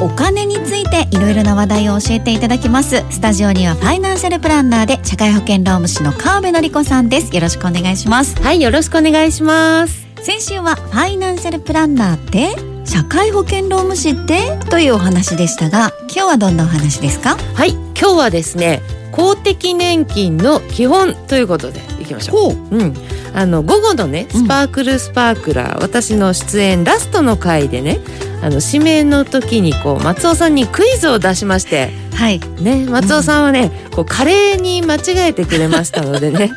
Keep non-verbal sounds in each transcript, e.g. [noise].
お金についていろいろな話題を教えていただきますスタジオにはファイナンシャルプランナーで社会保険労務士の川辺典子さんですよろしくお願いしますはい、よろしくお願いします。先週はファイナンシャルプランナーって社会保険労務士ってというお話でしたが今日はどんなお話ですかはい、今日はですね、公的年金の基本ということでいきましょほうう。うん、あの午後のね、うんスパークルスパークラー、私の出演ラストの回でね。あの指名の時にこう松尾さんにクイズを出しましてはいね松尾さんはね、こう華麗に間違えてくれましたのでねね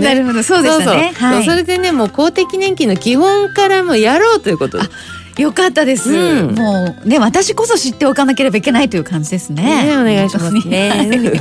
なるほど [laughs] そうでしたねそうそうはいそれでねもう公的年金の基本からもうやろうということでよかったです、うんもうね私こそ知っておかなければいけないという感じですねね、お願いします本 [laughs] 当にはいね。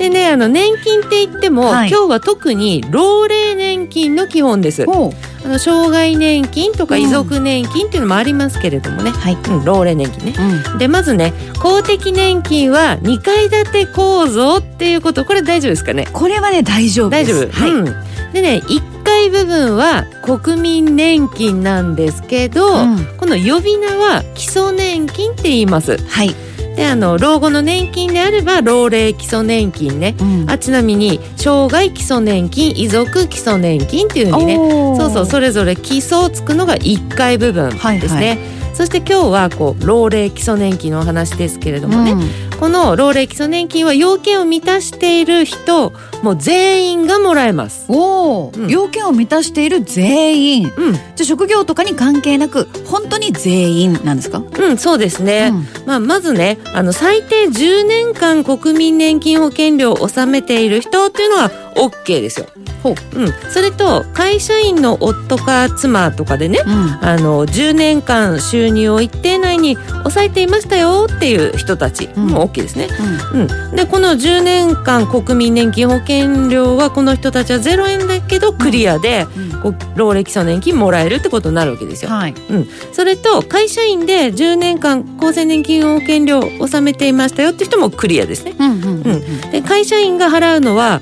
でね、あの年金って言っても、はい今日は特に老齢年金の基本です。ほうあの障害年金とかうん遺族年金っていうのもありますけれどもね。はい、うん、老齢年金ね。うん、でまずね公的年金は2階建て構造っていうことこれ大丈夫ですかねこれはね大丈夫で大丈す夫、うん、でね1階部分は国民年金なんですけど、はい、うんこの呼び名は基礎年金って言いますはい、であの老後の年金であれば老齢基礎年金ねうんあちなみに障害基礎年金遺族基礎年金っていうふうにねおーそうそうそれぞれ基礎をつくのが1回部分ですね、はいはいそして今日はこう老齢基礎年金のお話ですけれどうもね、んこの老齢基礎年金は要件を満たしている人もう全員がもらえます。おお、うん要件を満たしている全員うん、じゃあ職業とかに関係なく本当に全員なんですか、うん、そうですね、うんまあ、まずねあの最低10年間国民年金保険料を納めている人っていうのは OK ですよ。ほううん、それと会社員の夫か妻とかでねうんあの10年間収入を一定内に抑えていましたよっていう人たちうんも OK ですね。うんでこの10年間国民年金保険料はこの人たちは0円だけどクリアで、うんこう老齢基礎年金もらえるってことになるわけですよ。はい、それと会社員で10年間厚生年金保険料を納めていましたよって人もクリアですね。うんうんうんで会社員が払うのは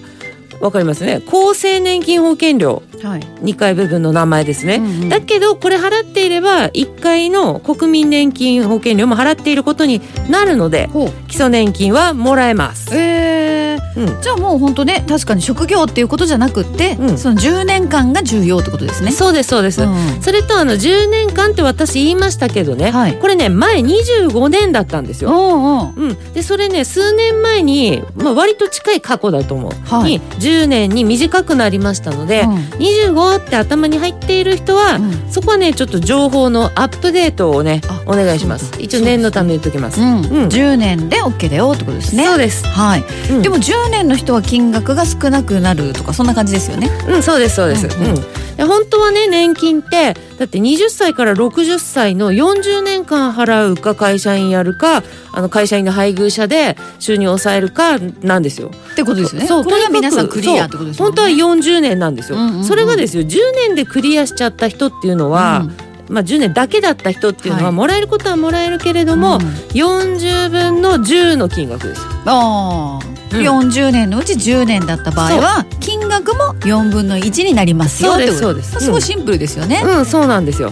わかりますね厚生年金保険料うん、はい、 2階部分の名前ですね。うんうんだけどこれ払っていれば1回の国民年金保険料も払っていることになるのでほう基礎年金はもらえます。えーうんじゃあもう本当ね確かに職業っていうことじゃなくって、うんその10年間が重要ってことですね。そうですそうです、うんそれとあの10年間って私言いましたけどね、はいこれね前25年だったんですよ。おうおううん、でそれね数年前に、まあ、割と近い過去だと思う、はいに10年に短くなりましたので、うん25って頭に入っている人は、うんそこはねちょっと情報のアップデートをねあお願いしますそうだ一応念のため言っときます、うんうん10年で OK だよってことですね。そうです、はい、うんでも10年の人は金額が少なくなるとかそんな感じですよね。うん、そうですそうです、うんううんんで本当はね年金ってだって20歳から60歳の40年間払うか会社員やるかあの会社員の配偶者で収入を抑えるかなんですよってことですよね。そうこれがとに皆かくさんクリアってことですもん本ね。当は40年なんですよ、うんうんうんそれがですよ10年でクリアしちゃった人っていうのは、まあ、10年だけだった人っていうのはは、いもらえることはもらえるけれうどんも、うん40分の10の金額ですああ、うん40年のうち10年だった場合は金額も4分の1になりますよそうですってことそうですすごいシンプルですよね、うんそうなんですよ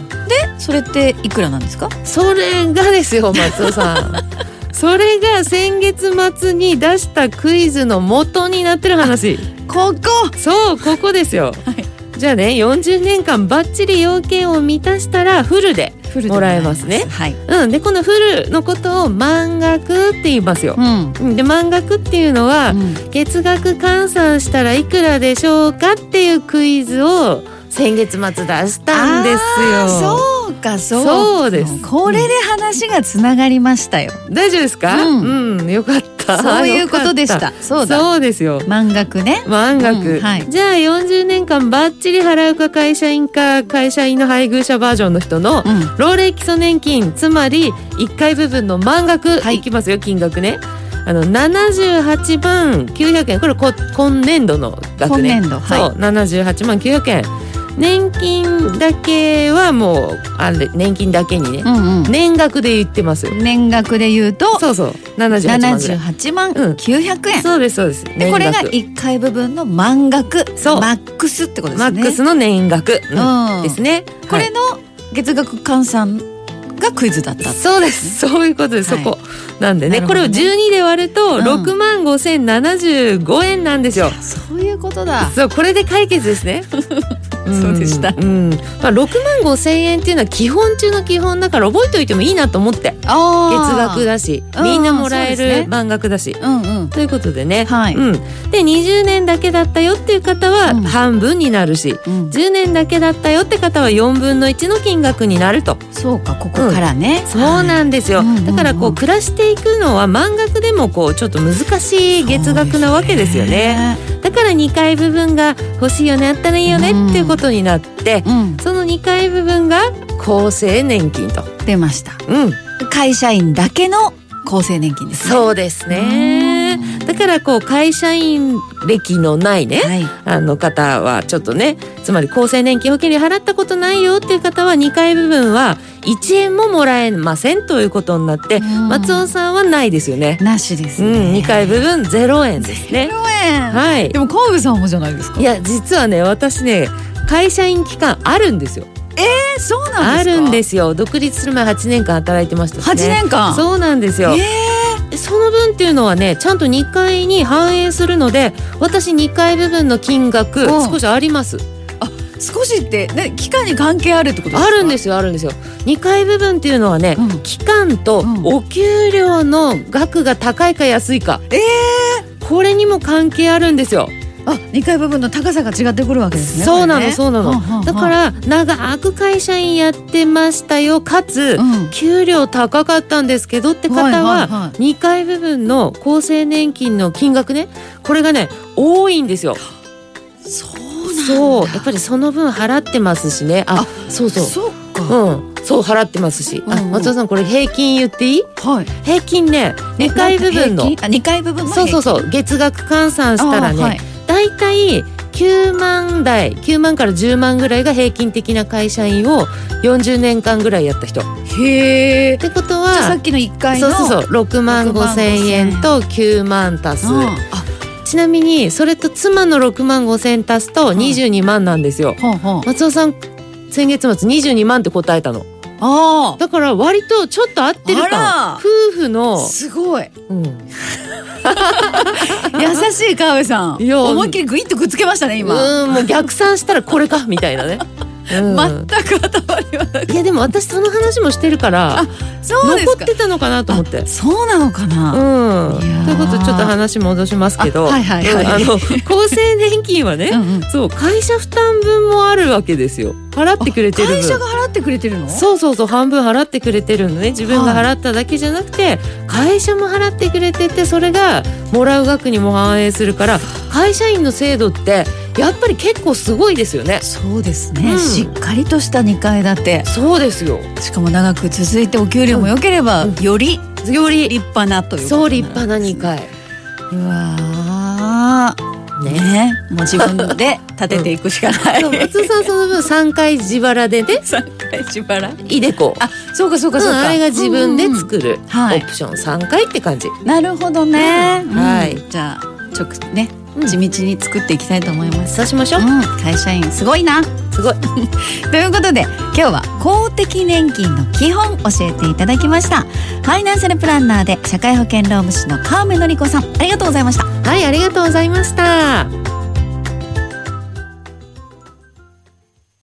それっていくらなんですかそれがで [laughs] すよ松尾さんそれが先月末に出したクイズの元になってる話ここそうここですよ、じゃあね40年間ばっちり要件を満たしたらフルでフルでもらえますねはい、うん、でこのフルのことを満額って言いますよう。んうんで満額っていうのはうん月額換算したらいくらでしょうかっていうクイズを先月末出したんですあーよ。そうかそうそうですこれで話がつながりましたよ、大丈夫ですか？ううんん、よかった。そういうことでしよかたそっうた。だそうですよ。満額ね満額、うんはいじゃあ40年間ばっちり払うか会社員か会社員の配偶者バージョンの人のうん老齢基礎年金つまり1回部分の満額、はいい、きますよ金額ねあの78万900円これこ今年度の今額ね年度そう、は78万900円年金だけはもうあれ年金だけにねい、、うんうん、年額で言ってますよ年額で言うとそうそう78万ぐらい78万うん900円、そうですそうですで年これが額1階部分の満額そうマックスってことですマねックスの年額、うんうんですねこはれいの月額換算がクイズだったってそうです、そういうことです、はいそこなんでなねるこほれどをね12で割るとうん6万5,075円なんですよ、そういうことだそうこれで解決で [laughs] すねそうでしたんうんまあ、6万5千円っていうのは基本中の基本だから覚えておいてもいいなと思って月あ額だしあーみんなもらそえうですねる満額だし、うんうんということでね、はいうん、で20年だけだったよっていう方はうん半分になるし、うん、 10年だけだったよって方は4分の1の金額になるとそうかここからね、そうなんですよ、うんうんうんだからこう暮らしていくのは満額でもこうちょっと難しい月額なわけですよね。だから2階部分が欲しいよねあったらいいよねうんっていうことになって、うんその2階部分が厚生年金と。出ましたうん、会社員だけの厚生年金ですねそうですうね。んだからこう会社員歴のないねはいあの方はちょっとねつまり厚生年金保険料払ったことないよっていう方は2階部分は1円ももらえませんということになって松尾ささんはないですよね。んなしですうね、ん、2階部分0円ですね。円はいで。も川辺さんもじゃないですかいや実はね私ね会社員期間あるんですよ。えそうなんであすかるんですよ。独立する前8年間働いてましたしね。 8年間そうなんですよ。えその分っていうのはねちゃんと2階に反映するので私2階部分の金額うん少しあります。ー少しってね期間に関係あるってことですか、あるんですすよあるんですよ。2階部分っていうのはね、うん期間とうんお給料の額が高いか安いか。えこれにも関係あるんですよ。あ2階部分の高さが違ってくるわけですねそうなこれのねそうなの。だか、ら長く会社員やってましたよかつ、うんうんうん、給料高かったんですけどって方はいはいははい2階部分の厚生年金の金額ねこれがね多いんですよ。そうなんだそうやっぱりその分払ってますしねあそうそうそううか、んそう払ってますし、うんうんあ松尾さんこれ平均言っていいはい平均ね2階部分の平均あ2階部分のそうそううそう月額換算したらね、はい、だいたい9万台9万から10万ぐらいが平均的な会社員を40年間ぐらいやった人。っへえてことじゃあさっはきの1階そのうそうそう6万5千円と9万足す、うんあちなみにそれと妻の6万5千足すとん22万なんですよ、ほんほん松尾さん先月末22万って答えたのあだから割とちょっと合ってるあらか夫婦あの、すごいうん、優しい川辺さんいや思いっきりグイッとくっつけましたね今、うんもう逆算したらこれかみた [laughs] いなね、うん全く頭にはなくいやでも私その話もしてるからあそうです残かってたのかなと思って。そうなのかうな、ん、といやーいうことでちょっと話戻しますけど、あはいはいはいうんあの厚生年金はね、うんうんそう会社負担分もあるわけですよ払ってくれてる分会社が払ってくれてるのそうそうそう半分払ってくれてるのね自分がは払っただけじゃなくて、会社も払ってくれててそれがもらう額にも反映するから会社員の制度ってやっぱり結構すごいですよねそうですね、うんしっかりとした2階建てそうですよしかも長く続いてお給料も良ければ、うんよりより立派なということそうに立なる派な2回うわーねねもう自分で [laughs] 建てていくしかない、そう松尾さんその分3回自腹でね3回 [laughs] しばらイデコあそうかそうかそううんか、あれが自分でうんうん作るはいオプション3回って感じ、なるほどね、うんはいじゃあちょくねうん地道に作っていきたいと思います、そうしましょう、うん会社員すごいなすごい [laughs] ということで今日は公的年金の基本教えていただきましたファイナンシャルプランナーで社会保険労務士の川目典子さんありがとうございましたはいありがとうございました